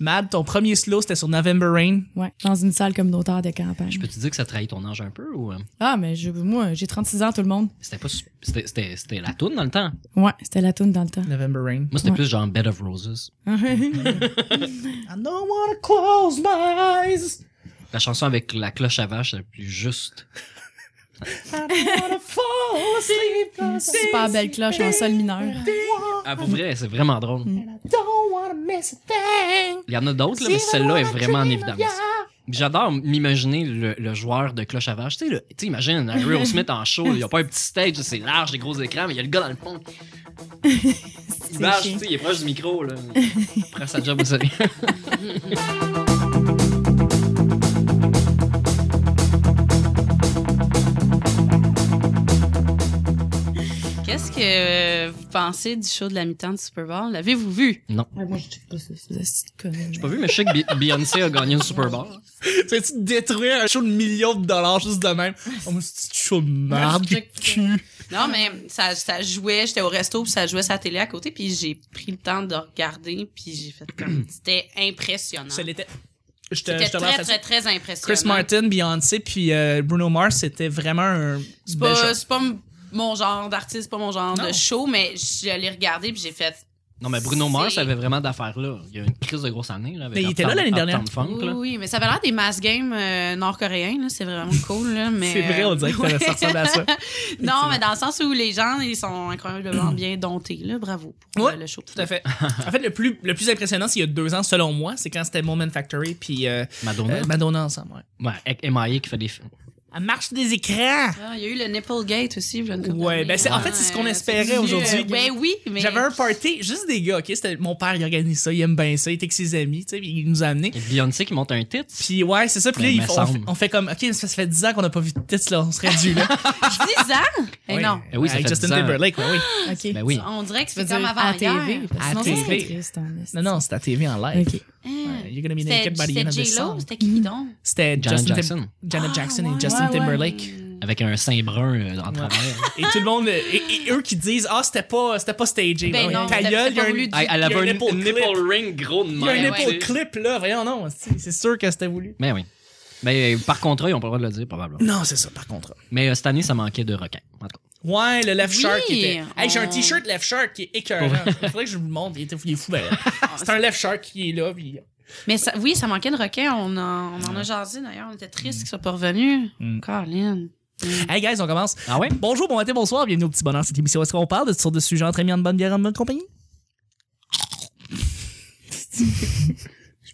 Mad, ton premier slow, c'était sur November Rain. Ouais, dans une salle communautaire de campagne. Je peux te dire que ça trahit ton âge un peu ou euh, Ah, mais je, moi, j'ai 36 ans, tout le monde. c'était pas su- c'était c'était c'était la toune dans le temps. Ouais, c'était la toune dans le temps. November Rain. Moi c'était Ouais. plus genre Bed of Roses. I don't wanna close my eyes. La chanson avec la cloche à vache c'est la plus juste. I don't wanna fall asleep. Super belle cloche en sol mineur. Ah pour vrai, c'est vraiment drôle. Don't wanna miss a thing. Il y en a d'autres là, mais celle-là est vraiment en évidence. Puis J'adore m'imaginer le, le joueur de cloche à vache. Tu sais, le- tu sais, imagine un Will Smith en show, il n'y a pas un petit stage, c'est large, des gros écrans, mais il y a le gars dans le fond. Il C'est marche, chiant. tu sais, il est proche du micro, là. Après sa job, vous savez. Qu'est-ce que euh, vous pensez du show de la mi-temps du Super Bowl? L'avez-vous vu? Ah Ouais, moi, je dis pas ça. C'est c'est une connerie. ben. J'ai pas vu, mais je sais que Bey- Beyoncé a gagné le Super Bowl. Tu tu détruire un show de millions de dollars juste de même? Oh, mais c'est un show de merde, Je sais que- cul. Non, mais ça, ça jouait, j'étais au resto, puis ça jouait sa télé à côté, puis j'ai pris le temps de regarder, puis j'ai fait comme... C'était impressionnant. Ça C'était l'était. Je te, très, euh, je te lance très, là-dessus. très, impressionnant. Chris Martin, Beyoncé, puis euh, Bruno Mars, c'était vraiment un. C'est belle pas, chose. c'est pas m- mon genre d'artiste, c'est pas mon genre Non. de show, mais je l'ai regardé, puis j'ai fait... Non, mais Bruno Mars C'est- avait vraiment d'affaires là. Il y a eu une crise de grosse année, là. Avec Mais il était Uptown- là l'année dernière. Uptown Funk, Oui, là. oui, mais ça avait l'air des mass games euh, nord-coréens, là. C'est vraiment cool, là. mais, C'est vrai, on dirait que ouais. ça ressemble à ça. Non, mais dans le sens où les gens, ils sont incroyablement bien domptés, là. Bravo pour Ouais, euh, le show. Tout à fait. En fait, le plus, le plus impressionnant, c'est il y a deux ans, selon moi, c'est quand c'était Moment Factory puis euh, Madonna. euh, Madonna ensemble. Ouais. Ouais, avec MIA qui fait des films. Elle marche des écrans! Ah, Il y a eu le Nipplegate aussi. voilà, une couple Ouais, d'années, ben c'est- en fait, c'est ce qu'on euh, espérait c'est venu, aujourd'hui. euh, Ben oui, mais. J'avais un party, juste des gars, ok? C'était, mon père, il organise ça, il aime bien ça, il était avec ses amis, tu sais, puis il nous a amenés. Et Beyoncé qui monte un titre. Puis ouais, c'est ça, puis là, Mais ils me font- on, semble. fait, on fait comme, ok, ça fait 10 ans qu'on n'a pas vu de tits, là, on serait dû, là. 10 ans? Eh Ouais. non. Eh oui, ça Avec fait Justin 10 ans. Timberlake, ouais, oui. Ok. Ben oui. On dirait que Tu veux c'est comme dire avant à hier. TV? Parce que À sinon, ça serait TV. triste, hein, en esti. Non, non, c'était à TV en live. Ok. Hein. Ouais, you're gonna be C'était naked by the end c'était of this J-Lo? song. C'était qui donc? C'était Janet Justin Tim- Jackson. Janet Ah, Jackson ouais. et Justin Ouais, ouais. Timberlake. Avec un sein brun euh, en travers. Et tout le monde, euh, et, et eux qui disent, ah, c'était pas, c'était pas stagé. Ben Ouais. non, Ta c'était- gueule, c'était il y a pas un- voulu du- Ah, Elle il y a avait un un nipple nipple, clip. ring gros de il y a un même. Ouais, nipple tu sais. clip, là, voyons, non. C'est c'est sûr que c'était voulu. Mais Ben oui. Mais euh, par contrat, ils ont pas le droit de le dire, probablement. Non, c'est ça, par contre. Mais euh, cette année, ça manquait de requins. En tout cas. Ouais, le Left Oui, Shark qui était. Hey, j'ai un on- t-shirt Left Shark qui est écœurant. Il faudrait que je vous le montre. Il, était... il est fou, ben. Ah, C'est un Left Shark qui est là. Puis... Mais ça- oui, ça manquait de requins. On en, on en a jasé d'ailleurs. On était tristes qu'ils soient pas revenus. Mm. Caroline. Hey, guys, on commence. Ah ouais? Bonjour, bon matin, bonsoir. Bienvenue au petit bonheur. Cette émission, où est-ce qu'on parle de toutes sortes de sujets entre amis, en bonne bière, en bonne compagnie? J'ai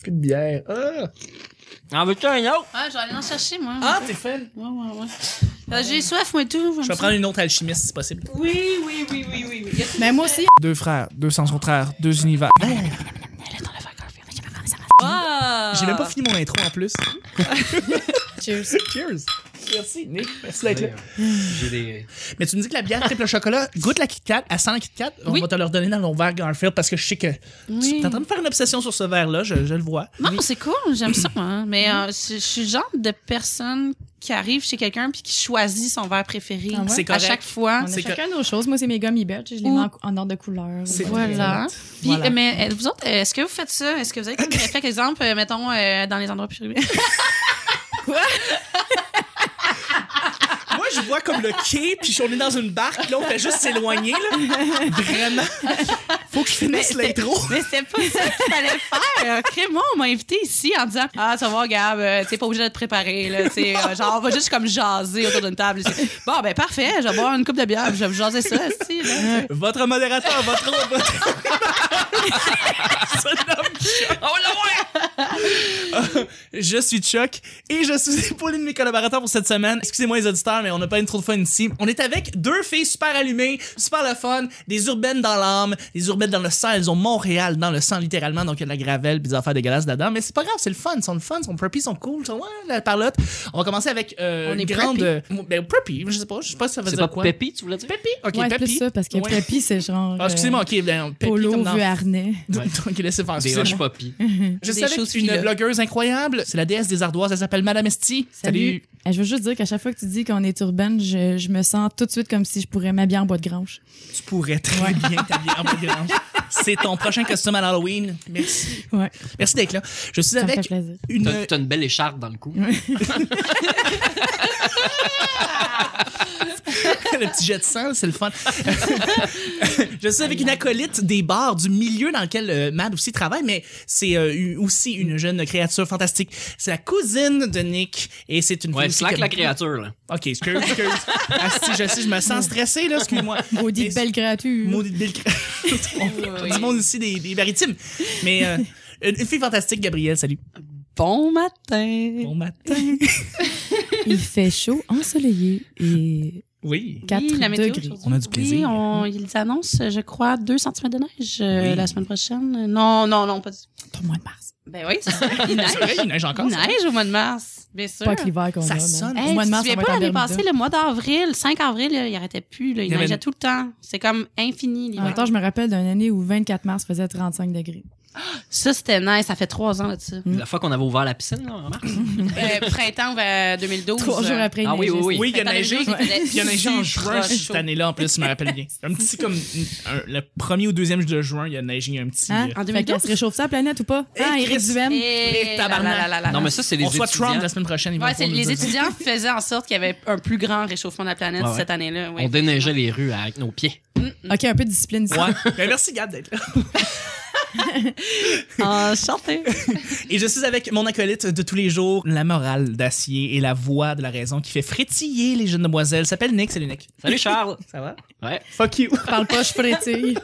plus de bière. Ah, En veux-tu un autre? Ah, je vais aller en chercher, moi. ah t'es fan. Ouais, ouais, ouais. Euh, J'ai soif, moi, et tout. Je vais prendre une autre alchimiste si possible. Oui, oui, oui, oui, oui. oui. Mais moi aussi. Deux frères, deux sens contraires, deux univers. Ah! J'ai même pas fini mon intro en plus. Cheers. Cheers. Merci, Nick. Merci d'être là. J'ai des. Mais tu me dis que la bière triple chocolat goûte la Kit Kat, elle sent la Kit Kat. On Oui. va te leur donner dans ton verre Garfield parce que je sais que tu Oui. es en train de faire une obsession sur ce verre-là, je, je le vois. Non, c'est cool, j'aime ça, moi. Mais euh, je je suis le genre de personne qui arrive chez quelqu'un puis qui choisit son verre préféré Ah ouais? C'est à correct. chaque fois. On a C'est chacun nos choses. Moi, c'est mes gummy bears. Je les mets Ouh. en, en ordre de couleur. C'est- Voilà. Puis, Voilà. euh, mais euh, vous autres, euh, est-ce que vous faites ça? Est-ce que vous avez comme réflexe, exemple, euh, mettons, euh, dans les endroits privés? Moi, je vois comme le quai, puis on est dans une barque, là, on fait juste s'éloigner, là. Vraiment. Faut que je finisse l'intro. Mais c'est pas ça qu'il fallait faire. Crémon m'a invité ici en disant Ah, ça va, Gab, euh, t'es pas obligé de te préparer. Là, tu sais, euh, genre, on va juste comme jaser autour d'une table. C'est- Bon, ben parfait, je vais boire une coupe de bière, puis je vais jaser ça. Si, là. Votre modérateur, votre. votre- Se nomme Chuck. Euh, je suis Chuck et je suis épaulé de mes collaborateurs pour cette semaine. Excusez-moi les auditeurs, mais on n'a pas une trop de fun ici. On est avec deux filles super allumées, super le fun, des urbaines dans l'âme, des urbaines dans le sang. Elles ont Montréal dans le sang littéralement, donc il y a de la gravelle puis des affaires dégueulasses là-dedans. Mais c'est pas grave, c'est le fun, ils sont le fun, ils sont preppy, ils sont cool, ils sont ouais, la parlotte. On va commencer avec euh, On est grande. Ben, preppy, je sais pas, je sais pas si ça veut C'est dire pas quoi. Peppy, tu voulais dire? Peppy, ok, Ouais, c'est Peppy. plus ça, parce que Ouais. Peppy, c'est genre. Ah, excusez-moi, ok, ben, euh, Peppy Polo, comme dans... vieux harnais. Donc, laissez faire, Des excusez-moi. roches Poppy. Je Des suis avec choses une filées. blogueuse incroyable. C'est la déesse des ardoises. Elle s'appelle Madame Esti. Eh, Je veux juste dire qu'à chaque fois que tu dis qu'on est urbaine, je, je me sens tout de suite comme si je pourrais m'habiller en bois de grange. Tu pourrais très bien t'habiller en mode grange. C'est ton prochain costume à Halloween. Merci. Ouais, Merci d'être là. Je suis ça me fait avec plaisir. une. T'as t'as une belle écharpe dans le cou. le petit jet de sang, c'est le fun. je suis avec une acolyte des bars du milieu dans lequel euh, Mad aussi travaille, mais c'est euh, u- aussi une jeune créature fantastique. C'est la cousine de Nick et c'est une Ouais, fille aussi slack que- la créature, là. Ok, excuse, excuse. Asti, je sais, je me sens stressé, là, excuse-moi. Maudite Mais- belle créature. Maudite belle créature. On- Du monde ici des, des maritimes. Mais euh, une une fille fantastique, Gabrielle, salut. Bon matin. Bon matin. Il fait chaud, ensoleillé et Oui. 4 Oui, la météo degrés. aujourd'hui. On a du Oui, plaisir. on- ils annoncent, je crois, 2 cm de neige euh, Oui. la semaine prochaine. Non, non, non, pas du Pour le mois de mars. Ben oui, c'est ça. Il neige. C'est vrai, il neige encore. Il neige au mois de mars, bien sûr. Pas que l'hiver qu'on Ça a. sonne. mais Hey, Au mois de tu te mars, souviens on va pas être en l'année Bermuda. passée, le mois d'avril, 5 avril, là, il arrêtait plus, là, il, Il y avait neigeait une- tout le temps. C'est comme infini En l'hiver. même temps, je me rappelle d'une année où 24 mars faisait 35 degrés. Ça, c'était nice, ça fait 3 ans là, de ça. Mm. La fois qu'on avait ouvert la piscine, là, en mars. Mm. Euh, printemps euh, 2012. Trois jours euh, après, il Ah oui, neigeait. oui, oui. Oui, il a printemps neigé. 2012, il faisait Puis il y en a neigé en juin super cette chaud. année-là, en plus, je me rappelle bien. Un petit comme un- le premier ou deuxième de juin, il y a neigé un petit. Hein? euh, Ah, En Fait qu'elle se 2012. réchauffe ça la planète ou pas? Eh, Ah, Eric Christ. Duhem. Et Les tabarnak. la, la, la, la, la. Non, mais ça, c'est les on reçoit étudiants. Trump la semaine prochaine. il va Ouais, c'est- pouvoir nous les dire ça. étudiants faisaient en sorte qu'il y avait un plus grand réchauffement de la planète Ouais, ouais. cette année-là. ouais. On déneigeait les rues avec nos pieds. OK, un peu de discipline ici. Ouais. Ben, merci, Gab, d'être là. Enchanté. Et je suis avec mon acolyte de tous les jours, la morale d'acier et la voix de la raison qui fait frétiller les jeunes demoiselles. S'appelle Nick, salut Nick. Salut Charles! Ça va? Ouais. Fuck you. Parle pas, je frétille.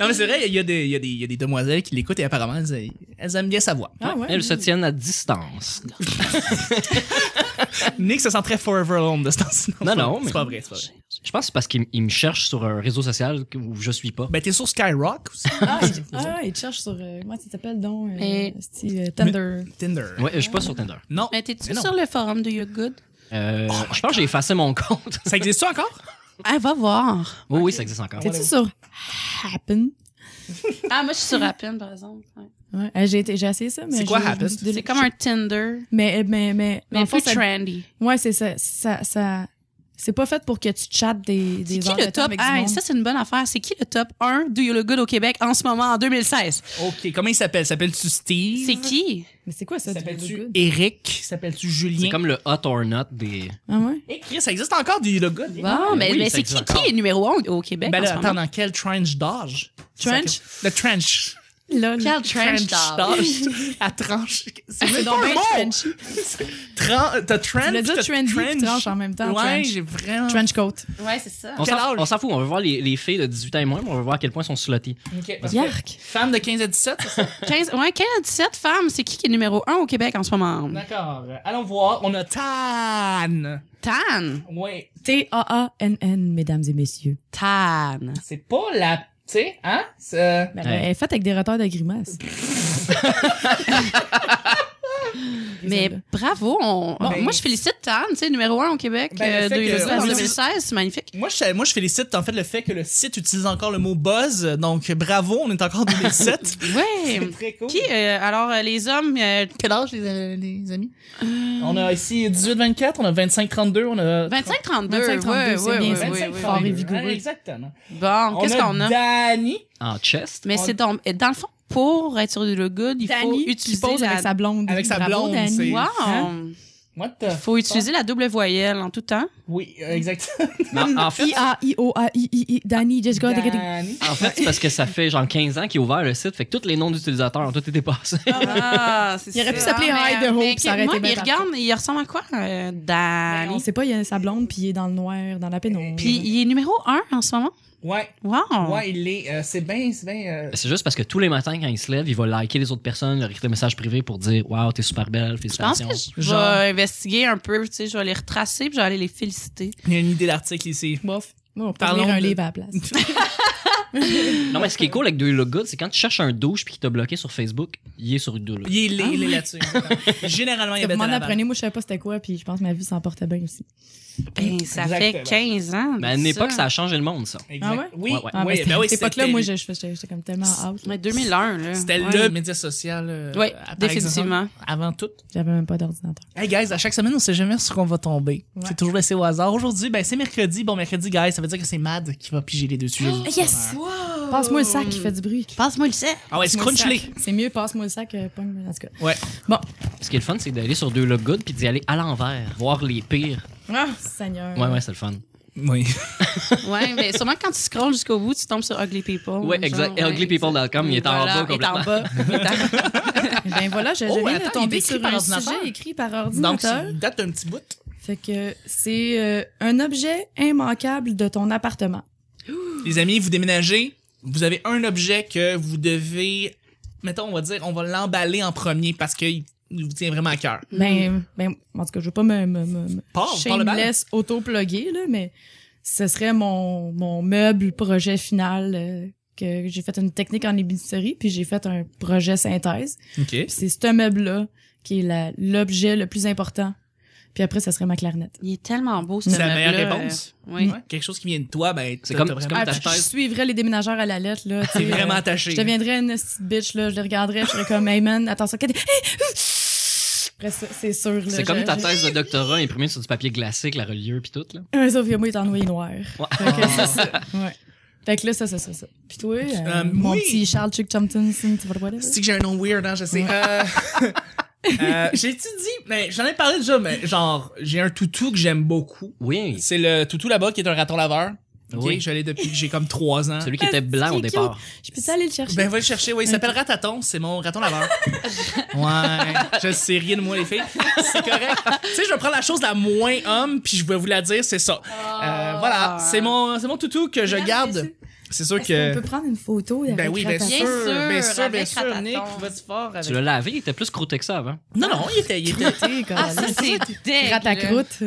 Non, mais c'est vrai, il y, a des- il y a des- il y a des demoiselles qui l'écoutent et apparemment, elles, elles aiment bien sa voix. Ah ouais? Elles se tiennent à distance. Nick se sent très forever alone de ce temps-ci. Non, c'est pas- non, mais- C'est pas vrai, c'est pas vrai. Je pense que c'est parce qu'il il me cherche sur un réseau social où je suis pas. Ben, t'es sur Skyrock aussi? Ah, il- ah, il te cherche sur... euh, comment ça s'appelle donc? Euh, Mais- c'est, euh, Thunder. Tinder. Ouais, je suis pas sur Tinder. Non. Mais t'es-tu Mais non. sur le forum de You're Good? Euh, je pense que j'ai effacé mon compte. Ça existe tu encore? Ah, va voir. Oui, oui, ça existe encore. T'es-tu sur Happen? Ah, moi, je suis sur Appen, par exemple. Ouais. Ouais. Euh, J'ai été- j'ai essayé ça, mais... C'est quoi je- je me Happn? suis C'est délai- comme un Tinder, Mais, euh, mais, mais... dans mais le fond, plus ça- trendy. Ouais, c'est ça. ça, ça c'est pas fait pour que tu chattes des, des C'est qui heures de le temps top? avec du Ah, monde. ça, c'est une bonne affaire. C'est qui le top 1 de You're Good au Québec en ce moment, en 2016? OK. Comment il s'appelle? S'appelle-tu Steve? C'est qui? Mais c'est quoi ça? du S'appelle-tu Good? Eric? S'appelle-tu C'est Julien? comme le hot or not des. Ah ouais? Eh, Chris, ça existe encore du Hello Good? Bon, Ah, mais, oui, mais ça c'est qui, existe qui encore. est numéro 1 au Québec Ben en là, ce attends, moment? dans quel trench d'âge? Trench? Le trench. Là, Quel trench dog? d'âge. La tranche. C'est même donc pas bien le mot. trenchy. Tran- T'as trench. Tu l'as dit t'as trendy puis trench. tranche en même temps, Ouais, trench. j'ai vraiment. Trench coat. Ouais, c'est ça. On Quel s'en âge? on s'en fout, on veut voir les, les filles de 18 ans et moins, mais on veut voir à quel point elles sont slotées. Ok, parfait. Yark. Femme de 15 à 17, c'est ça? 15, ouais, 15 à 17 femmes, c'est qui qui est numéro 1 au Québec en ce moment? D'accord. Allons voir. On a Tan. Tan. Ouais. T-A-A-N-N, mesdames et messieurs. Tan. C'est pas la. Tu sais, hein? C'est- Ben, Ouais. Elle est faite avec des roteurs de grimaces. Mais Isabelle. bravo. on- Bon, bon, ben- moi, je félicite Tan, tu sais, numéro 1 au Québec Ben, le fait euh, de que- You're Good en Ouais. 2016, c'est magnifique. Moi je, moi, je félicite en fait le fait que le site utilise encore le mot buzz. Donc, bravo, on est encore en 2007. Ouais. très cool. Qui, euh, alors, euh, les hommes, euh, Quel âge, les, amis? On a ici 18-24, on a 25-32, on a... 25-32. 25-32, ouais, c'est bien ouais, ouais, ça. ouais, ouais, 25, ouais. fort et 32, vigoureux. Exactement. Bon, qu'est-ce qu'on a? Danny. En chest. Mais on- c'est donc, dans le fond, pour être sur le good, il faut Dani, qui utiliser pose la... avec sa blonde. Avec sa Bravo, blonde, Dani. c'est- Wow! Hein? What the... Il faut utiliser la double voyelle en tout temps. Oui, euh, exactement. Mais en- en fait, I-A-I-O-A-I-I-I. Danny, just go take it. Danny. en fait, c'est parce que ça fait genre 15 ans qu'il a ouvert le site, fait que tous les noms d'utilisateurs ont tout été passés. Ah, c'est Il aurait pu ça. s'appeler Ah, mais- Idaho, mais puis ça aurait moi, été bien Ben, il regarde, il ressemble à quoi? euh, On Danny. sait pas, il y a sa blonde, puis il est dans le noir, dans la pénombre. Puis il est numéro 1 en ce moment. Ouais, Ah. Wow! ouais, il est... euh, c'est bien, c'est bien... euh, C'est juste parce que tous les matins, quand il se lève, il va liker les autres personnes, leur écrire des messages privés pour dire Waouh, t'es super belle, Je pense félicitations. que je vais Genre. investiguer un peu, tu sais, je vais les retracer puis je vais aller les féliciter. Il y a une idée d'article ici. Bof. Moi, on peut Parlons lire un de- livre à la place. Non, mais ce qui est cool avec Do You Look Good, c'est quand tu cherches un douche puis qu'il t'a bloqué sur Facebook, il est sur Do You Look Good. Il est, laid, il est là-dessus. Généralement, il y Ah, Vous avait m'en Tan avant. apprenez, moi, je savais pas c'était quoi, puis je pense que ma vie s'en portait bien aussi. Ben, ça Exactement. fait 15 ans. de Mais à une époque, ça a changé le monde, ça. Exact. Ah ouais? Oui, Ouais, ouais. Ah, oui, mais ben oui, à cette époque-là, c'était- moi, je- je- j'étais j'étais comme tellement out. là. Ouais, 2001, là. C'était Ouais. le média social. euh, Oui, euh, par définitivement. exemple, Avant tout. J'avais même pas d'ordinateur. Hey guys, à chaque semaine, on sait jamais sur quoi on va tomber. Ouais. C'est toujours Ah! laissé au hasard. Aujourd'hui, ben c'est mercredi. Bon, mercredi, guys, ça veut dire que c'est Mad qui va piger les deux sujets. du soir. Yes! Passe-moi le sac qui fait du bruit. Passe-moi le set. Ah ouais, Passe-moi le scrunch-les. sac. C'est mieux, passe-moi le sac que pogne. En tout cas. Ouais. Ce qui est le fun, c'est d'aller sur deux Look Good puis d'y aller à l'envers, voir les pires. Ah, Seigneur. Ouais, ouais, c'est le fun. Oui. Ouais, mais sûrement que quand tu scrolles jusqu'au bout, tu tombes sur Ugly People. Ouais, genre, exact. ouais, Uglypeople.com, il est en Voilà, bas complètement. Il est en bas. Il est en- Ben voilà, je, je Oh, attends, viens il de est tomber écrit sur par un ordinateur. sujet écrit par Donc, ordinateur. ça date un petit bout. Fait que c'est euh, un objet immanquable de ton appartement. Les amis, vous déménagez, vous avez un objet que vous devez, mettons, on va dire, on va l'emballer en premier parce qu'il il vous tient vraiment à cœur. Hmm. Ben, ben, en tout cas, je veux pas me, me, me, me Parle, parle mal. shameless auto-plugger, là, mais ce serait mon, mon meuble projet final euh, que j'ai fait une technique en ébénisterie, puis j'ai fait un projet synthèse. OK. Puis c'est ce meuble-là qui est la- l'objet le plus important. Puis après, ça serait ma clarinette. Il est tellement beau, ce C'est la meuble-là, meilleure réponse. euh, oui. Ouais. Quelque chose qui vient de toi, ben, C'est t'as- comme- t'as c'est vraiment comme Ah, ta puis je chaise. suivrais les déménageurs à la lettre, là. tu T'es sais, vraiment euh, attaché. Je deviendrais une petite bitch, là. Je les regarderais, je serais comme, hey man, attends ça, qu'est-ce que- Après ça, c'est sûr, là. C'est comme je- ta je- thèse de doctorat imprimée sur du papier glacé avec la reliure puis tout, là. Un sauf que moi, il est en noyer noir. Fait que c'est ça. Ouais. Fait que là, ça, ça, ça, ça. Puis toi, euh, Euh, mon oui. petit Charles Chuck Chumpton, tu vas le voir, là? C'est que j'ai un nom weird, hein, je sais. Euh, euh, J'étudie, mais j'en ai parlé déjà, mais genre, j'ai un toutou que j'aime beaucoup. Oui. C'est le toutou là-bas qui est un raton laveur. Ok, Oui. Je l'ai depuis que j'ai comme 3 ans. Celui qui était blanc au C'est cute. départ. Je peux aller le chercher? Ben, va le chercher, oui. Il s'appelle Rataton, c'est mon raton laveur. ouais. Je sais rien de moi, les filles. C'est correct. tu sais, je vais prendre la chose la moins homme, puis je vais vous la dire, c'est ça. Ah. Euh, voilà. C'est mon, c'est mon toutou que je Regarde, garde. Jésus. C'est sûr Est-ce que. qu'on peut prendre une photo avec Ben oui, bien Ratatouille? sûr. Bien sûr, avec bien sûr, Rataton. Nick. Vas-y fort avec. Tu l'as lavé, il était plus crotté que ça avant. Non, non, il était. Il était... T'es comme- Ah, ça, c'est dingue. Ratacroute.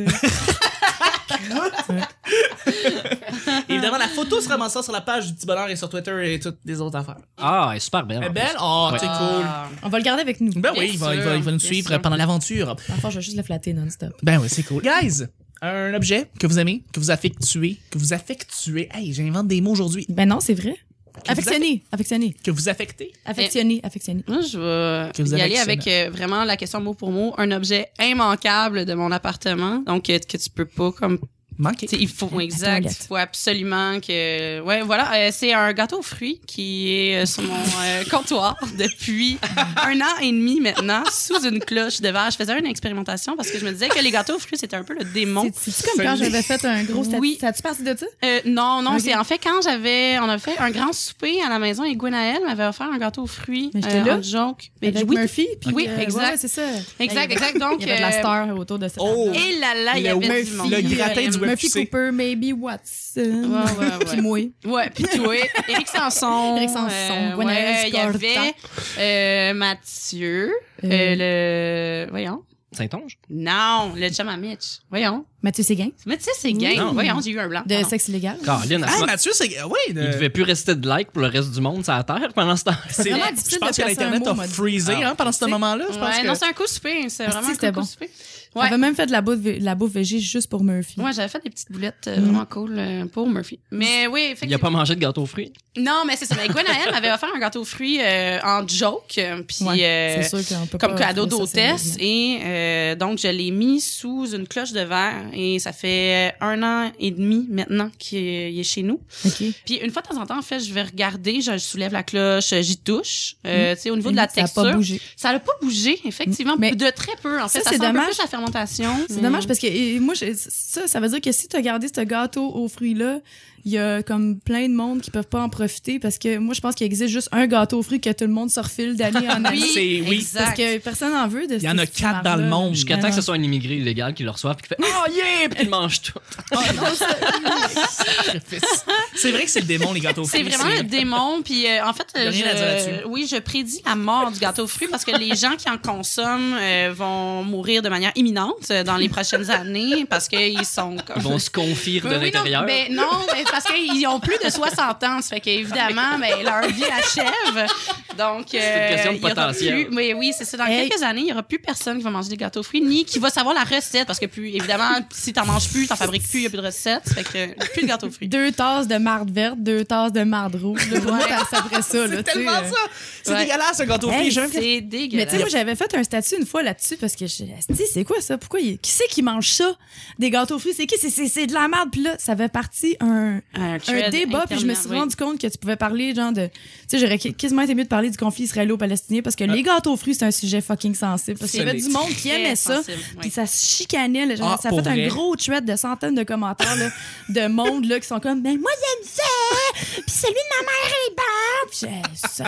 Évidemment, la photo sera ramassera sur la page du petit bonheur et sur Twitter et toutes les autres affaires. Ah, elle est super belle. Elle en est belle? plus. Oh, Ouais. c'est Ah. On va le garder avec nous. cool. Ben Bien oui, il va, il va, il va nous sûr, suivre bien sûr. pendant l'aventure. Enfin, je vais juste le flatter non-stop. Ben oui, c'est cool. Guys, un objet que vous aimez, que vous affectuez, que vous affectuez. Hey, j'invente des mots aujourd'hui. Ben non, c'est vrai. Que Affectionné, affectionné, vous affectez- Que vous affectez. affectionné, affectionné. Moi, je Que vais vous y aller affectionnez. avec euh, vraiment la question mot pour mot, un objet immanquable de mon appartement, donc euh, que tu peux pas comme, Manquez. tu sais, il faut exact, toilette. il faut absolument que, ouais, voilà, euh, c'est un gâteau aux fruits qui est euh, sur mon euh, comptoir depuis un an et demi maintenant, sous une cloche de verre. Je faisais une expérimentation parce que je me disais que les gâteaux aux fruits c'était un peu le démon. C'est- C'est-tu comme quand j'avais fait un gros statut? Oui. T'as-tu parti de ça? Euh, non, non, Ok. c'est en fait quand j'avais, on a fait un grand souper à la maison et Gwenaël m'avait offert un gâteau aux fruits. euh, Mais j'étais là. en joke. Mais Avec oui, Murphy? puis, Oui, euh, exact. ouais, ouais, c'est ça. Exact, Il y avait- exact. Donc, Il y avait de la euh, star autour de ça. Oh! Et là là, il y Le avait Murphy, du monde. le gratin du Murphy UFC. Cooper, maybe Watson. Ouais, ouais, ouais. Puis moi. Ouais, puis tu vois, Eric Sanson. Éric Sanson, euh, Gwenaël ouais, il y avait euh, Mathieu, euh, Euh. le... Voyons. Saint-Onge? Non, le chum à Mitch. Voyons. Mathieu Séguin, Mais tu sais, c'est Oui. gay. Non. Voyons, j'ai eu un blanc. de Pardon. Sexe Illégal. Caroline, à ce Ah, euh, moment- Mathieu, c'est. Oui, de... il devait plus rester de like pour le reste du monde, ça à terre pendant ce temps. c'est vraiment difficile Je pense de que placer un l'Internet mot, a moi, de- freezé hein, pendant ce moment-là. Je pense Ouais, que. non, c'est un coup de souper. C'est Ah, vraiment si, un c'était coup, bon. de souper. On Ouais. avait même fait de la bouffe, la bouffe végé juste pour Murphy. Moi, j'avais fait des petites boulettes euh, Mm. vraiment cool euh, pour Murphy. Mais oui, Il a effectivement. pas mangé de gâteau aux fruits. Non, mais c'est ça. Mais Gwenaël m'avait offert un gâteau aux fruits euh, en joke. euh, Puis, euh, Ouais, c'est sûr qu'on peut comme pas cadeau offrir ça, c'est d'hôtesse et euh, donc je l'ai mis sous une cloche de verre et ça fait un an et demi maintenant qu'il est il est chez nous. OK. Puis une fois de temps en temps en fait je vais regarder, je soulève la cloche, j'y touche, euh, tu sais au niveau de la Hum. ça a texture. pas bougé. Ça n'a pas bougé effectivement Mais de très peu en fait, ça, ça, c'est sent un peu dommage. plus la fermentation. Hum. C'est mais- dommage parce que et moi, je- ça, ça veut dire que si tu as gardé ce gâteau aux fruits-là, il y a comme plein de monde qui peuvent pas en profiter parce que moi, je pense qu'il existe juste un gâteau aux fruits que tout le monde se refile d'année en année. Oui, C'est- oui. exact. Parce que personne en veut de Il y en a quatre dans le monde. Jusqu'à temps que ce soit un immigré illégal qui le reçoive puis qui fait Oh yeah! Puis il mange tout. Ah, c'est vrai que c'est le démon, les gâteaux. aux C'est fruits, vraiment le démon. Puis euh, en fait, Y a euh, rien à dire là-dessus. je, oui, je prédis la mort du gâteau aux fruits parce que les gens qui en consomment euh, vont mourir de manière imminente euh, dans les prochaines années parce qu'ils sont comme. Ils vont se confire de Oui, oui, non, l'intérieur. ben non, mais parce qu'ils ont plus de 60 ans. Ça fait qu'évidemment, ben, leur vie achève. Donc, euh, C'est une question de il y aura potentiel. plus- oui, oui, c'est ça. Dans Hey. quelques années, il n'y aura plus personne qui va manger des gâteaux aux fruits, ni qui va savoir la recette, parce que plus, évidemment, si t'en manges plus, t'en fabriques plus, il n'y a plus de recette. Fait que plus de gâteaux aux fruits. Deux tasses de marde verte, deux tasses de marde rouge. Là, pour moi, ça serait ça. C'est là, tu sais, tellement euh. ça! C'est Ouais. dégueulasse, un gâteau aux Hey, fruits. J'ai même fait- Mais C'est tu sais, moi, dégueulasse. j'avais fait un statut une fois là-dessus parce que je dit c'est quoi ça? Pourquoi il... Qui c'est qui mange ça? Des gâteaux aux fruits? C'est qui? C'est- C'est c'est de la merde. Puis là, ça avait parti un, un débat, puis je me suis rendu compte que tu pouvais parler, genre, de. Tu sais, j'aurais qui- quasiment été mieux de parler du conflit israélo-palestinien parce que Ah. les gâteaux aux fruits, c'est un sujet fucking sensible. Parce qu'il y avait Solide. du monde qui aimait ça. Puis ça se chicanait, là, genre, Ah, ça a pour fait vrai? un gros thread de centaines de commentaires là, de monde là, qui sont comme Ben moi j'aime ça! Puis celui de ma mère est bon! Puis j'ai ça.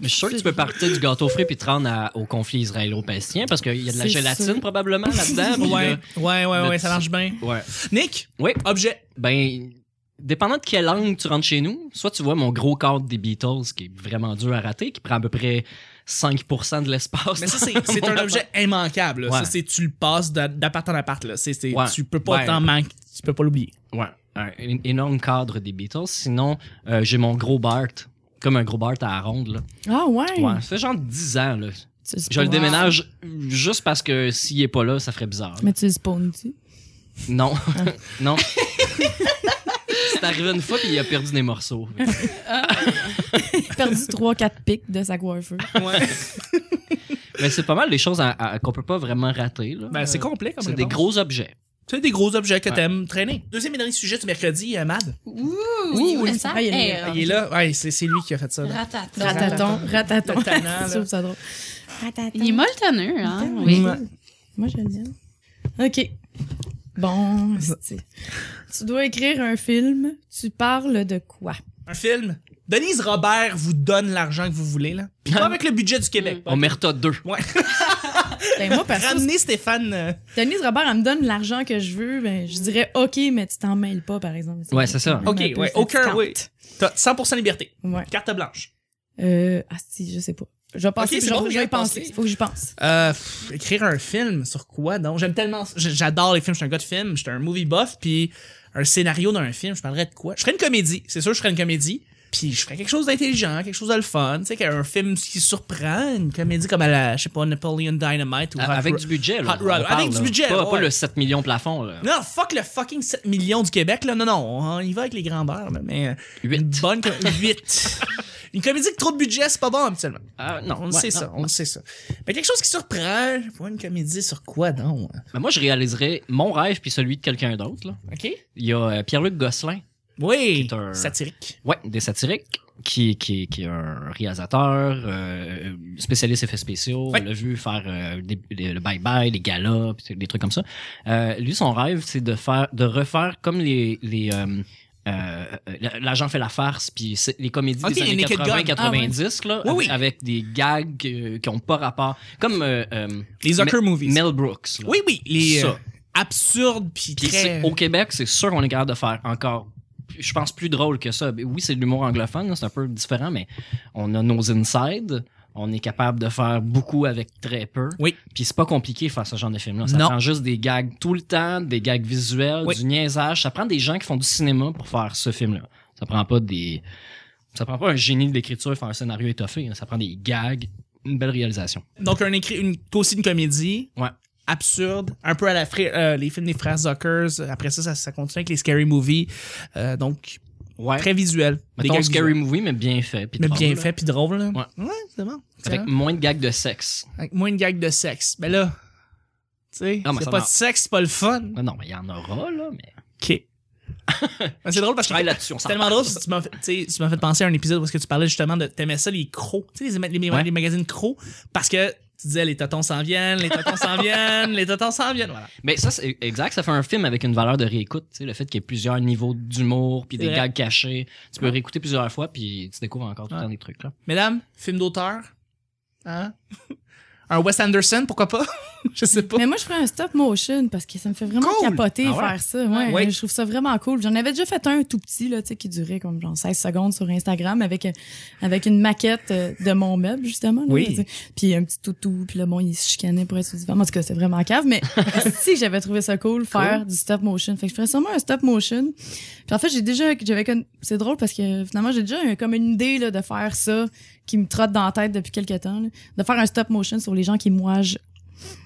Mais je suis sûr que tu peux partir du gâteau frais puis te rendre à- au conflit israélo-palestinien parce qu'il y a de la C'est gélatine sûr. probablement là-dedans. puis Ouais, ouais, ouais, le ouais, petit- ça marche bien. là- ouais. Nick, Oui. objet. Ben, dépendant de quelle langue tu rentres chez nous, soit tu vois mon gros cadre des Beatles qui est vraiment dur à rater, qui prend à peu près 5% de l'espace. Mais ça, c'est c'est un objet immanquable. là. Ouais. Ça, c'est tu le passes d'a- d'appart en appart. Là. C'est c'est- Ouais. Tu peux pas Ouais. t'en manquer. Tu peux pas l'oublier. Ouais, un, un énorme cadre des Beatles. Sinon, euh, j'ai mon gros Bart, comme un gros Bart à la ronde. Là. Ah ouais! Ouais, ça fait genre 10 ans. Là. Tu le Je le spawns. déménage juste parce que s'il est pas là, ça ferait bizarre. Mais tu le spawns, tu Non, non. c'est arrivé une fois puis il a perdu des morceaux. perdu 3-4 pics de sa coiffeur. Mais c'est pas mal des choses à- à- qu'on peut pas vraiment rater. Là. Ben, c'est complet comme C'est des réponse. gros objets. Tu sais, des gros objets que Ouais. t'aimes traîner. Deuxième et dernier sujet du mercredi, euh, Mad. Ouh, ça Ah, il y a Il est là. Ouais, c'est c'est lui qui a fait ça. là. Ratata. Rataton, Ah, rataton. Le tannant, là. Je trouve ça drôle. Il est molletonneux, hein? Rataton. Oui. Ouais. Ah, Moi, je l'aime. OK. Bon, c'est- tu dois écrire un film. Tu parles de quoi? Un film. Denise Robert vous donne l'argent que vous voulez. là. Puis Pas avec le budget du Québec. On merta deux. Ben, moi, perso, Ramenez Stéphane. euh, Denise Robert, elle me donne l'argent que je veux, ben, je dirais OK, mais tu t'en mêles pas, par exemple. Ouais, c'est ça. quand même Ok, un peu ouais. fatigant. Aucun. Oui. T'as 100% liberté. Ouais. Carte blanche. Euh, ah, si, je sais pas. Je vais penser, Ok, c'est je, bon, je vais regarde, y penser. pensez. Faut que j'y pense. Euh, pff, écrire un film sur quoi donc J'aime tellement, j- j'adore les films. Je suis un gars de film. J'étais un movie buff. Puis un scénario d'un film, je parlerais de quoi Je ferais une comédie. C'est sûr, je ferais une comédie. Puis je ferais quelque chose d'intelligent, quelque chose de le fun. Tu sais, un film qui surprend, une comédie comme à la, je sais pas, Napoleon Dynamite ou À- Hot Ah, Avec Rod- du budget. Là, Hot on Rod. parle, Avec du là. budget, Pas, ouais. pas le 7 millions plafond. Là. Non, fuck le fucking 7 millions du Québec, là. Non, non, on y va avec les grands beurs, là, mais. euh, Huit. Une bonne. 8. une comédie avec trop de budget, c'est pas bon, habituellement. Ah, non, On le ouais, sait non, ça, on non. le sait ça. Mais quelque chose qui surprend, pas une comédie sur quoi, donc? Ben, moi, je réaliserais mon rêve puis celui de quelqu'un d'autre. là. OK? Il y a euh, Pierre-Luc Gosselin, Oui! Qui est un- Satirique. ouais, des satiriques, qui, qui, qui est un réalisateur, euh, spécialiste effets spéciaux. Ouais. On l'a vu faire euh, des- des- le bye-bye, les galas, pis des trucs comme ça. Euh, lui, son rêve, c'est de faire de refaire comme les... les euh, euh, l'agent fait la farce puis c'est- les comédies Ok, des les années Naked Gun. Ah, 80 90 là Oui, oui. avec des gags euh, qui ont pas rapport comme euh, euh, Les Zucker Me- Movies. Mel Brooks là. Oui, oui, les Ça. euh, absurdes puis Puis très... euh, c'est- au Québec, c'est sûr qu'on est capable de faire encore, je pense, plus drôle que ça. Oui, c'est de l'humour anglophone, là, c'est un peu différent, mais on a nos insides. On est capable de faire beaucoup avec très peu. Oui. Puis c'est pas compliqué de faire ce genre de film-là. Ça Non. prend juste des gags tout le temps, des gags visuels, Oui. du niaisage. Ça prend des gens qui font du cinéma pour faire ce film-là. Ça prend pas des. Ça prend pas un génie de l'écriture pour faire un scénario étoffé. hein. Ça prend des gags, une belle réalisation. Donc, un écrit, une, toi aussi une comédie. Ouais. Absurde, un peu à la frère, euh, les films des frères Zuckers. Après ça, ça, ça continue avec les scary movies. Euh, donc, Ouais. très visuel. Des Mettons gags scary visuels. movie, mais bien fait. puis Mais drôle, bien là. fait puis drôle. Là. Ouais. c'est bon. Avec Excellent. moins de gags de sexe. Avec moins une gag de sexe. Mais là, tu sais, Non, mais c'est ça pas de marche. sexe, c'est pas le fun. Non, non, mais il y en aura, là, mais. OK. Ben, c'est drôle parce Je que travaille là-dessus, on c'est s'en tellement drôle parce que tu m'as fait, tu sais, tu m'as fait penser à un épisode où est-ce que tu parlais justement de t'aimais ça les crocs, tu sais les, les- les- Ouais. les magazines crocs parce que tu disais les totons s'en viennent, les totons s'en viennent, les totons s'en viennent voilà. Mais ça, c'est exact, ça fait un film avec une valeur de réécoute. tu sais, Le fait qu'il y ait plusieurs niveaux d'humour, puis des C'est vrai. gags cachés. Tu peux réécouter plusieurs fois, puis tu découvres encore tout le Ouais. temps des trucs. là. Mesdames, film d'auteur. Hein? Un Wes Anderson, pourquoi pas? je sais pas. Mais moi, je ferais un stop motion parce que ça me fait vraiment Cool! capoter Ah ouais? faire ça. Ouais, Ouais. Je trouve ça vraiment cool. J'en avais déjà fait un tout petit là, tu sais, qui durait comme genre 16 secondes sur Instagram avec, euh, avec une maquette euh, de mon meuble, justement. là, Oui. tu sais. Puis un petit toutou. Puis là, bon, il se chicanait pour être sur le divan. En tout cas, c'est vraiment cave. Mais si j'avais trouvé ça cool, faire du stop motion. Fait que je ferais sûrement un stop motion. Puis en fait, j'ai déjà... j'avais con- C'est drôle parce que finalement, j'ai déjà eu comme une idée là, de faire ça qui me trotte dans la tête depuis quelques temps. là. de faire un stop motion sur les gens qui moigent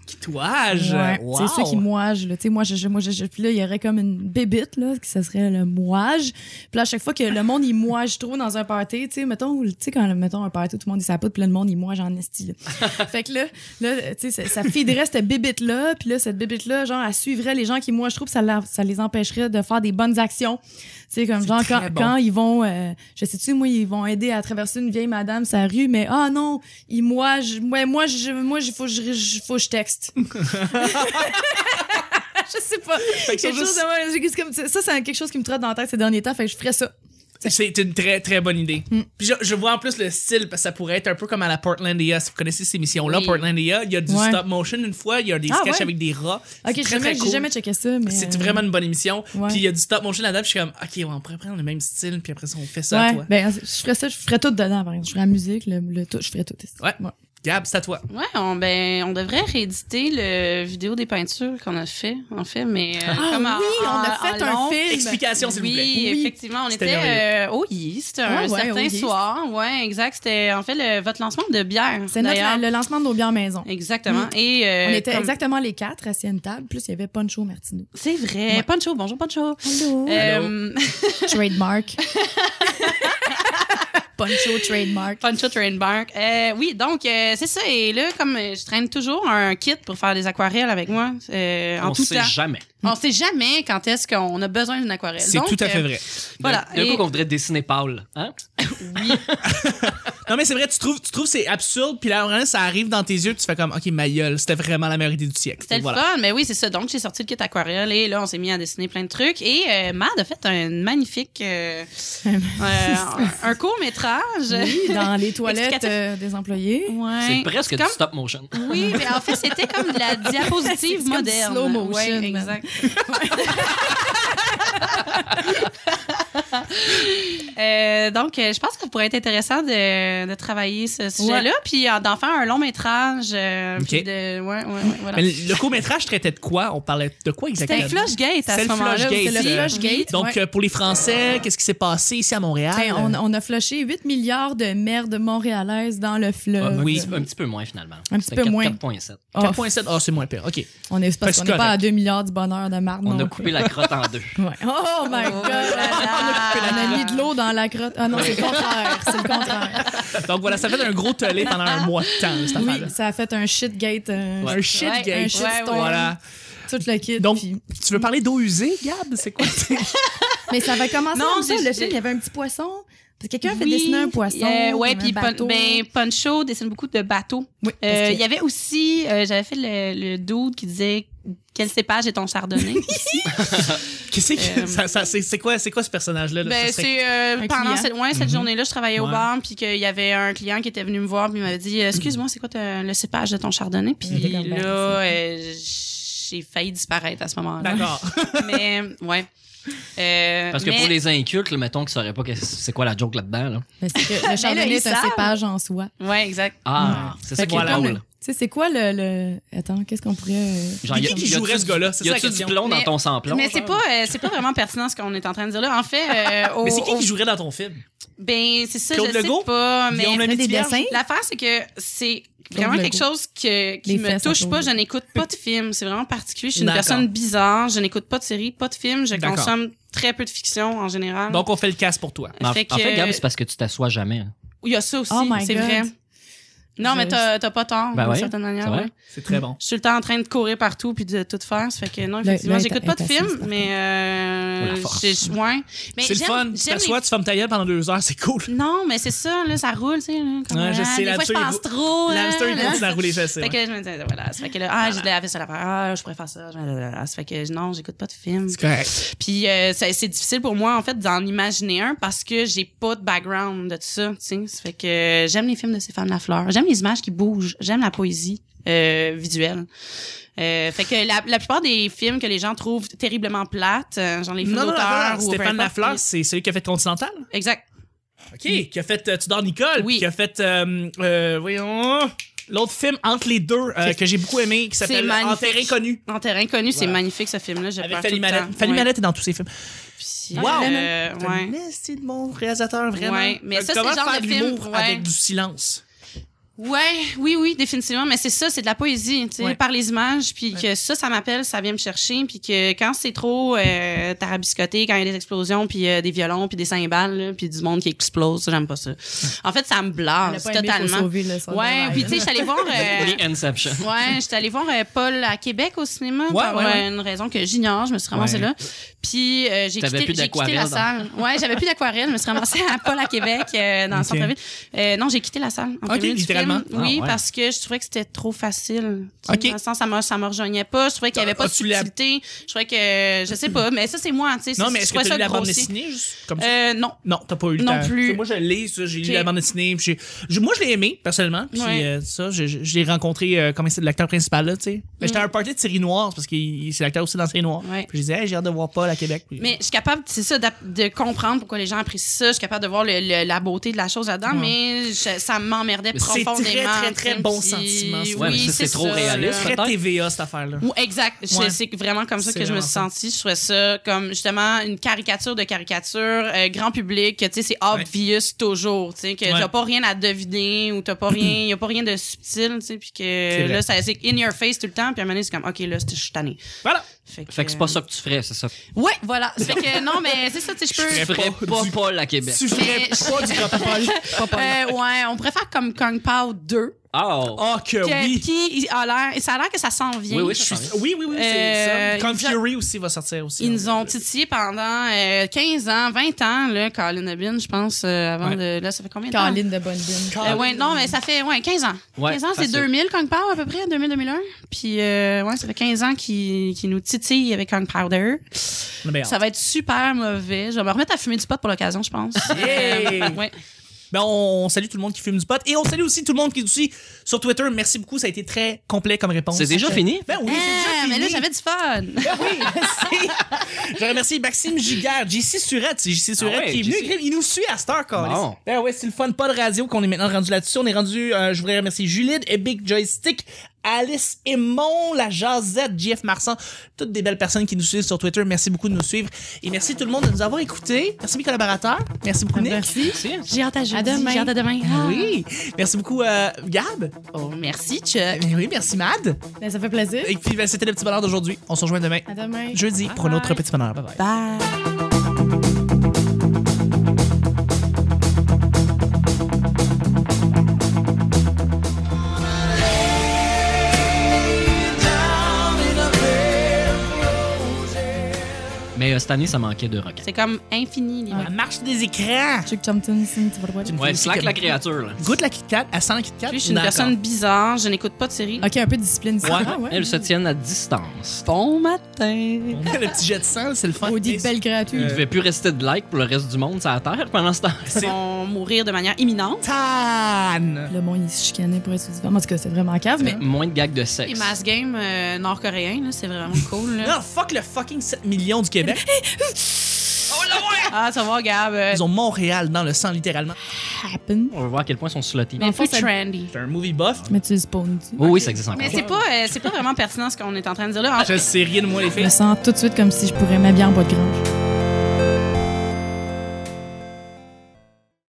Qui touage? Ouais, euh, Wow. C'est ceux qui mouagent, là. Tu sais, moi, je, je- moi, je, je- puis là, il y aurait comme une bébite, là, que ça serait le mouage. Puis là, à chaque fois que le monde, il mouage trop dans un party, tu sais, mettons, tu sais, quand, mettons, un party, tout le monde, il s'apoute, puis là, le monde, il mouage en esti, là. fait que là, là, tu sais, ça, ça feederait cette bébite-là, puis là, cette bébite-là, genre, elle suivrait les gens qui mouagent trop, puis ça, la- ça les empêcherait de faire des bonnes actions. Tu sais, comme, C'est genre, très quand, bon. quand ils vont, euh, je sais-tu, moi, ils vont aider à traverser une vieille madame sa rue, mais ah non, il mouage, ouais, moi, je, moi, il faut, que je, je- faut que je texte. je sais pas. Fait que c'est Quelque chose juste- de- ouais, c'est comme- ça, ça, c'est quelque chose qui me trotte dans la tête ces derniers temps. Fait que je ferais ça. C'est une très très bonne idée. Mm. Puis je, je vois en plus le style parce que ça pourrait être un peu comme à la Portlandia. Si vous connaissez ces missions-là, Oui. Portlandia, il y a du Ouais. stop motion une fois, il y a des Ah, sketchs ouais. avec des rats. Ok, C'est j'ai très, jamais, très j'ai cool. jamais checké ça, mais. C'est euh, vraiment une bonne émission. ouais. Puis il y a du stop motion là-dedans. puis je suis comme, ok, ouais, on pourrait prendre le même style. Puis après ça, on fait ça à Ouais, toi. ben, je ferais ça, je ferais tout dedans, par exemple. Je ferais la musique, le, le tout, je ferais tout. Ouais. Gab, c'est à toi. Ouais, on, ben, on devrait rééditer le vidéo des peintures qu'on a fait, en fait, mais. euh, Ah comme en- oui, on a en- fait en un long. film. Explication, s'il oui, vous plaît. effectivement, on C'était était merveilleux. euh, au Yi, c'était Ah un ouais, au certain Yeast. soir, ouais, exact, c'était en fait le, votre lancement de bière. C'est notre, d'ailleurs. le lancement de nos bières maison. Exactement. Mm. Et euh, On était comme- exactement les quatre assis à une table, plus il y avait Poncho Martino. C'est vrai. Ouais. Pancho, bonjour Pancho. Hello. Euh, Trademark. Poncho trademark. Pancho Trainbark. Euh, oui, donc euh, c'est ça. Et là, comme euh, je traîne toujours un kit pour faire des aquarelles avec moi, euh, en on tout sait temps. jamais. On sait jamais quand est-ce qu'on a besoin d'une aquarelle. C'est Donc, tout à fait euh, vrai. Voilà. D'un Et- coup, qu'on voudrait dessiner Paul. Hein? Non, mais c'est vrai, tu trouves, tu trouves que c'est absurde. Puis là, vraiment, ça arrive dans tes yeux. Puis tu fais comme, ok, ma gueule, c'était vraiment la meilleure idée du siècle. C'était le Voilà. fun, mais oui, c'est ça. Donc, j'ai sorti le kit aquarelle et là, on s'est mis à dessiner plein de trucs. Et euh, Mad a fait un magnifique euh, euh, un court métrage. Oui, dans les toilettes Explicatif. euh, des employés. C'est presque du stop motion. Oui, mais en fait, c'était comme de la diapositive C'est comme du moderne. slow motion, Ouais, man. exact. Euh, donc, euh, je pense que ça pourrait être intéressant de, de travailler ce sujet-là, puis euh, d'en faire un long métrage. euh, Ok. puis de- ouais, ouais, ouais, voilà. Mais le court-métrage traitait de quoi On parlait de quoi C'était exactement le Flushgate à C'est le ce moment-là. Flushgate, aussi. C'est le euh, Flushgate. Donc, ouais. euh, pour les Français, qu'est-ce qui s'est passé ici à Montréal Hey, on, on a flushé 8 milliards de merdes montréalaises dans le fleuve. Un oui. petit peu- Ah, Un petit peu moins, finalement. Un petit C'était peu 4- moins. 4,7. Oh, 4.7, ah, c'est moins pire. OK. on est, parce Fait que qu'on c'est n'est pas correct. à 2 milliards du bonheur de marde. On non plus. a coupé la crotte en deux. Ouais. Oh my Oh god! là là. on a mis de l'eau dans la crotte. Ah non, c'est le contraire. C'est le contraire. Donc voilà, ça fait un gros tollé pendant un mois de temps, cette affaire-là. Oui, ça a fait un shitgate. euh, Un shit Ouais, gay. un shit Ouais, storm, Voilà. Tout le kit. Donc- puis- Tu veux parler d'eau usée, Gab? C'est quoi? Mais ça avait commencé Non, comme ça, c'est- le film. Il y avait un petit poisson. Parce que quelqu'un a fait Oui, dessiner un poisson. euh, ouais, comme un puis Pon- bateau. ben, Poncho dessine beaucoup de bateaux. Oui, parce Euh, que- Il y avait aussi, euh, j'avais fait le, le dude qui disait quel cépage est ton chardonnay. Qu'est-ce que Euh, ça, ça- c'est, c'est quoi, c'est quoi ce personnage-là? là? ben, Ça serait- c'est euh, Un pendant client. cette, ouais, cette Mhm. journée-là, je travaillais Ouais. au bar, puis qu'il y avait un client qui était venu me voir, puis il m'avait dit euh, Excuse-moi, c'est quoi ta- le cépage de ton chardonnay Puis Il était comme, ben, là, c'est- euh, j'ai failli disparaître à ce moment-là. D'accord. Mais, ouais. Euh, Parce que mais- pour les incultes, là, mettons qu'ils sauraient pas que- c'est quoi la joke là-dedans. là. Parce que le là, ils chardonnay est un savent. cépage en soi. Ouais, exact. Ah, c'est ça Fait qui que est comme- drôle. Tu sais, c'est quoi le, le- Attends, qu'est-ce qu'on pourrait. euh, Genre, Qui- y a- qui y a-tu jouerait du- ce gars-là? C'est Y ça la a-tu du question. plomb dans Mais- ton sans-plomb? mais c'est pas, euh, c'est pas vraiment pertinent ce qu'on est en train de dire là. En fait, euh, au- Mais c'est qui au- qui jouerait dans ton film? Ben, c'est ça, Claude je Legault? sais pas, mais Guillaume on fait des Lemaitre-Vierge? dessins. l'affaire, c'est que c'est vraiment Legault. quelque chose que, qui Les me fesses à touche Claude pas. Legault. Je n'écoute pas de films. C'est vraiment particulier. Je suis une D'accord. personne bizarre. Je n'écoute pas de séries, pas de films. Je D'accord. consomme très peu de fiction en général. Donc, on fait le casse pour toi. Mais en, Fait que- en fait, Gab, c'est parce que tu t'assois jamais. hein. il y a ça aussi, Oh my c'est God. vrai. Non, Je- mais t'as t'as pas tort, Ben d'une ouais, certaine manière. c'est vrai. ouais. C'est très bon. Je suis tout le temps en train de courir partout puis de tout faire. Ça fait que non, Le- effectivement, le- j'écoute pas de est assise, films, par mais euh, Pour la force. j'ai- je- ouais. Mais c'est le j'aime- fun. Tu j'aime les t'assois, tu fermes ta gueule pendant deux heures, c'est cool. Non, mais c'est ça, là, ça roule, tu sais. Là, comme, Ouais, je ah, sais, des fois, je l'hamster, il pense roule- trop. là, L'hamster, il là. continue à rouler ça, c'est Fait que là, je me disais, voilà, ça fait que là, ah, j'ai de la vaisselle à faire, ah, je pourrais faire ça, je- blablabla. ça fait que non, j'écoute pas de films. correct. Puis euh, ça- c'est difficile pour moi, en fait, d'en imaginer un parce que j'ai pas de background de tout ça, tu sais. Ça fait que j'aime les films de Stéphane Lafleur, j'aime les images qui bougent. J'aime la poésie euh, visuelle. Euh, fait que la, la plupart des films que les gens trouvent terriblement plates, euh, genre les films Non, non, d'auteur attends, ou peu Stéphane importe, Lafleur, c'est celui qui a fait Continental. Exact. OK. Qui a fait euh, Tudor Nicole. Oui. Qui a fait, euh, euh, voyons, l'autre film entre les deux euh, que j'ai beaucoup aimé qui s'appelle En magnifique. terre inconnue. En terrain connu, c'est Voilà. magnifique ce film-là. Je Avec pleure Fanny tout le Mallette. temps. Fanny Ouais. Mallette est dans tous ses films. Puis, Wow! euh, C'est ouais. un esti de bon réalisateur, vraiment. Ouais, mais ça, c'est Comment le genre faire de de l'humour film, ouais. avec du silence? Ouais, oui, oui, définitivement. Mais c'est ça, c'est de la poésie, tu sais, Ouais. par les images. Puis que ça, ça m'appelle, ça vient me chercher. Puis que quand c'est trop euh, tarabiscoté, quand il y a des explosions, puis euh, des violons, puis des cymbales, là, puis du monde qui explose, ça, j'aime pas ça. En fait, ça me blase Ah, totalement. Ouais, puis tu sais, j'allais voir. euh, Les Inception. Ouais, j'étais allée voir euh, Paul à Québec au cinéma Ouais, pour ouais, euh, ouais. une raison que j'ignore, je me suis ramassée Ouais. là. Puis euh, j'ai T'avais quitté, plus j'ai quitté la salle. d'aquarelle Ouais, j'avais plus d'aquarelle, je me suis ramassée à Paul à Québec euh, dans le Ok. centre-ville. Euh, non, j'ai quitté la salle. Ok, en premier du littéralement. film. oui, Ah, ouais. parce que je trouvais que c'était trop facile. Tu sais, Ok. Ah, Dans le sens, ça me ça me rejoignait pas, je trouvais qu'il y avait pas de As-tu la- subtilité, je trouvais que je sais pas, mais ça c'est moi, tu sais, c'est- Non, mais je est-ce que trouvais t'as ça lu la bande grossier. dessinée? juste Comme ça? Euh, non. Non, t'as pas eu le non temps. plus. Tu sais, Moi, je l'ai, ça. J'ai Ok. lu la bande dessinée. puis j'ai- j'ai- Moi, je l'ai aimé, personnellement. Puis Ouais. euh, ça, je, je- je l'ai rencontré, euh, comment c'est l'acteur principal, là, tu sais. Mais J'étais à un party de série noire, parce que c'est l'acteur aussi dans série noire. Mm. Ouais. Puis je disais, Hey, j'ai hâte de voir Paul à Québec. Puis- Mais je suis capable, c'est ça, d'ap- de, comprendre pourquoi les gens apprécient ça. Je suis capable de voir le- le- la beauté de la chose là-dedans, mais je- ça m'emmerdait Mais c'est profondément. très, très, très tu sais, bon puis- sentiment, ça. Ouais, mais ça, c'est trop euh, réaliste. très peut-être. TVA, cette affaire-là. Ou exact. Je- Ouais. C'est vraiment comme ça C'est que je me vraiment suis ça. sentie. Je trouvais ça comme justement une caricature de caricature, euh, grand public, que tu sais, c'est obvious toujours, tu sais, que Ouais. t'as pas rien à deviner ou t'as pas rien, y a pas rien de subtil, tu sais, puis que vrai. là, ça- c'est in your face tout le temps, puis à un moment donné, c'est comme, OK, là, c'est- je suis tannée. Voilà. Fait que c'est pas ça que tu ferais, c'est ça. Tu Ouais, voilà. Fait que non, mais c'est ça, tu sais, je peux. ferais ferais pas pas du- Paul à Québec. Tu ferais pas du grand Paul. Euh, ouais, on préfère comme Kung Pao 2. Oh! Ah, que que- oui. Qui a l'air, ça a l'air que ça s'en vient. Oui, oui, je suis. Oui, oui, oui, Euh, c'est ça. Comme ils- Fury aussi va sortir aussi. hein. Ils nous ont titillé pendant euh, 15 ans, 20 ans, là, Colin Abin, je pense, euh, avant de. Là, ça fait combien de temps? Caroline de Bonneville. Euh, ouais, non, mais ça fait ouais, 15 ans. Ouais, 15 ans, c'est facile. 2000 Kung Pao à peu près, 2000-2001. Puis, euh, ouais, ça fait 15 ans qu'ils qu'ils nous titillent avec Kung Powder. Mais Ça va être super mauvais. Je vais me remettre à fumer du pot pour l'occasion, je pense. Yeah! ouais. Ben, on salue tout le monde qui fume du pot. Et on salue aussi tout le monde qui est aussi sur Twitter. Merci beaucoup, ça a été très complet comme réponse. C'est déjà fini? Ben oui, Ah, c'est déjà mais fini. là, j'avais du fun. Ben oui, merci. Je remercie Maxime Giguère, JC Surette. C'est JC Surette Ah ouais, qui est venu. JC. écrire. Il nous suit à Star Call. Bon. Ben ouais, c'est le fun, pas de radio qu'on est maintenant rendu là-dessus. On est rendu, euh, je voudrais remercier Julide, Epic Joystick, Alice Aymon, la Jazette, JF Marsan, toutes des belles personnes qui nous suivent sur Twitter. Merci beaucoup de nous suivre. Et merci tout le monde de nous avoir écoutés. Merci mes collaborateurs. Merci beaucoup, Ah, ben, Nick. Merci. Si. J'ai hâte à jeudi. demain. J'ai hâte à demain. Ah. Oui. Merci beaucoup, euh, Gab. Oh, merci, Chuck. Ben oui, merci, Mad. Ben, ça fait plaisir. Et puis, ben, c'était le petit bonheur d'aujourd'hui. On se rejoint demain, À demain. jeudi, pour un autre petit bonheur. Bye bye. Bye. Mais euh, cette année, ça manquait de rock. C'est comme infini, les La marche des écrans. Chuck Thompson, Sim, tu vas le voir. Ouais, slack la créature, là. Goûte la Kit Kat, elle sent la Kit Kat. Puis, je suis une D'accord. personne bizarre, je n'écoute pas de série. Ok, un peu de discipline ici. Ouais. Ah, Elles se tiennent à distance. Bon matin. le petit jet de sang, c'est le fun. Au dit belle gratuit. Il devait plus rester de like pour le reste du monde, ça à terre pendant ce temps. Ils vont mourir de manière imminente. Tan! Le monde, il se chicanait pour être sous En tout cas, c'est vraiment cave, mais. Mais moins de gags de Et sexe. Mass Game euh, nord-coréen, là, c'est vraiment cool. là. Non, fuck le fucking 7 millions du Québec. Ah, ça va, Gab. euh, Ils ont Montréal dans le sang, littéralement. Happen. On va voir à quel point ils sont slotés. mais en plus fait, ça- trendy. C'est un movie buff. Mais tu le spawns tu. Oui, oui, ça existe encore. Mais c'est pas, Ah, euh, c'est pas vraiment pertinent ce qu'on est en train de dire là. En Je sais rien de moi, les Je me filles. sens tout de suite comme si je pourrais m'habiller en bois de grange.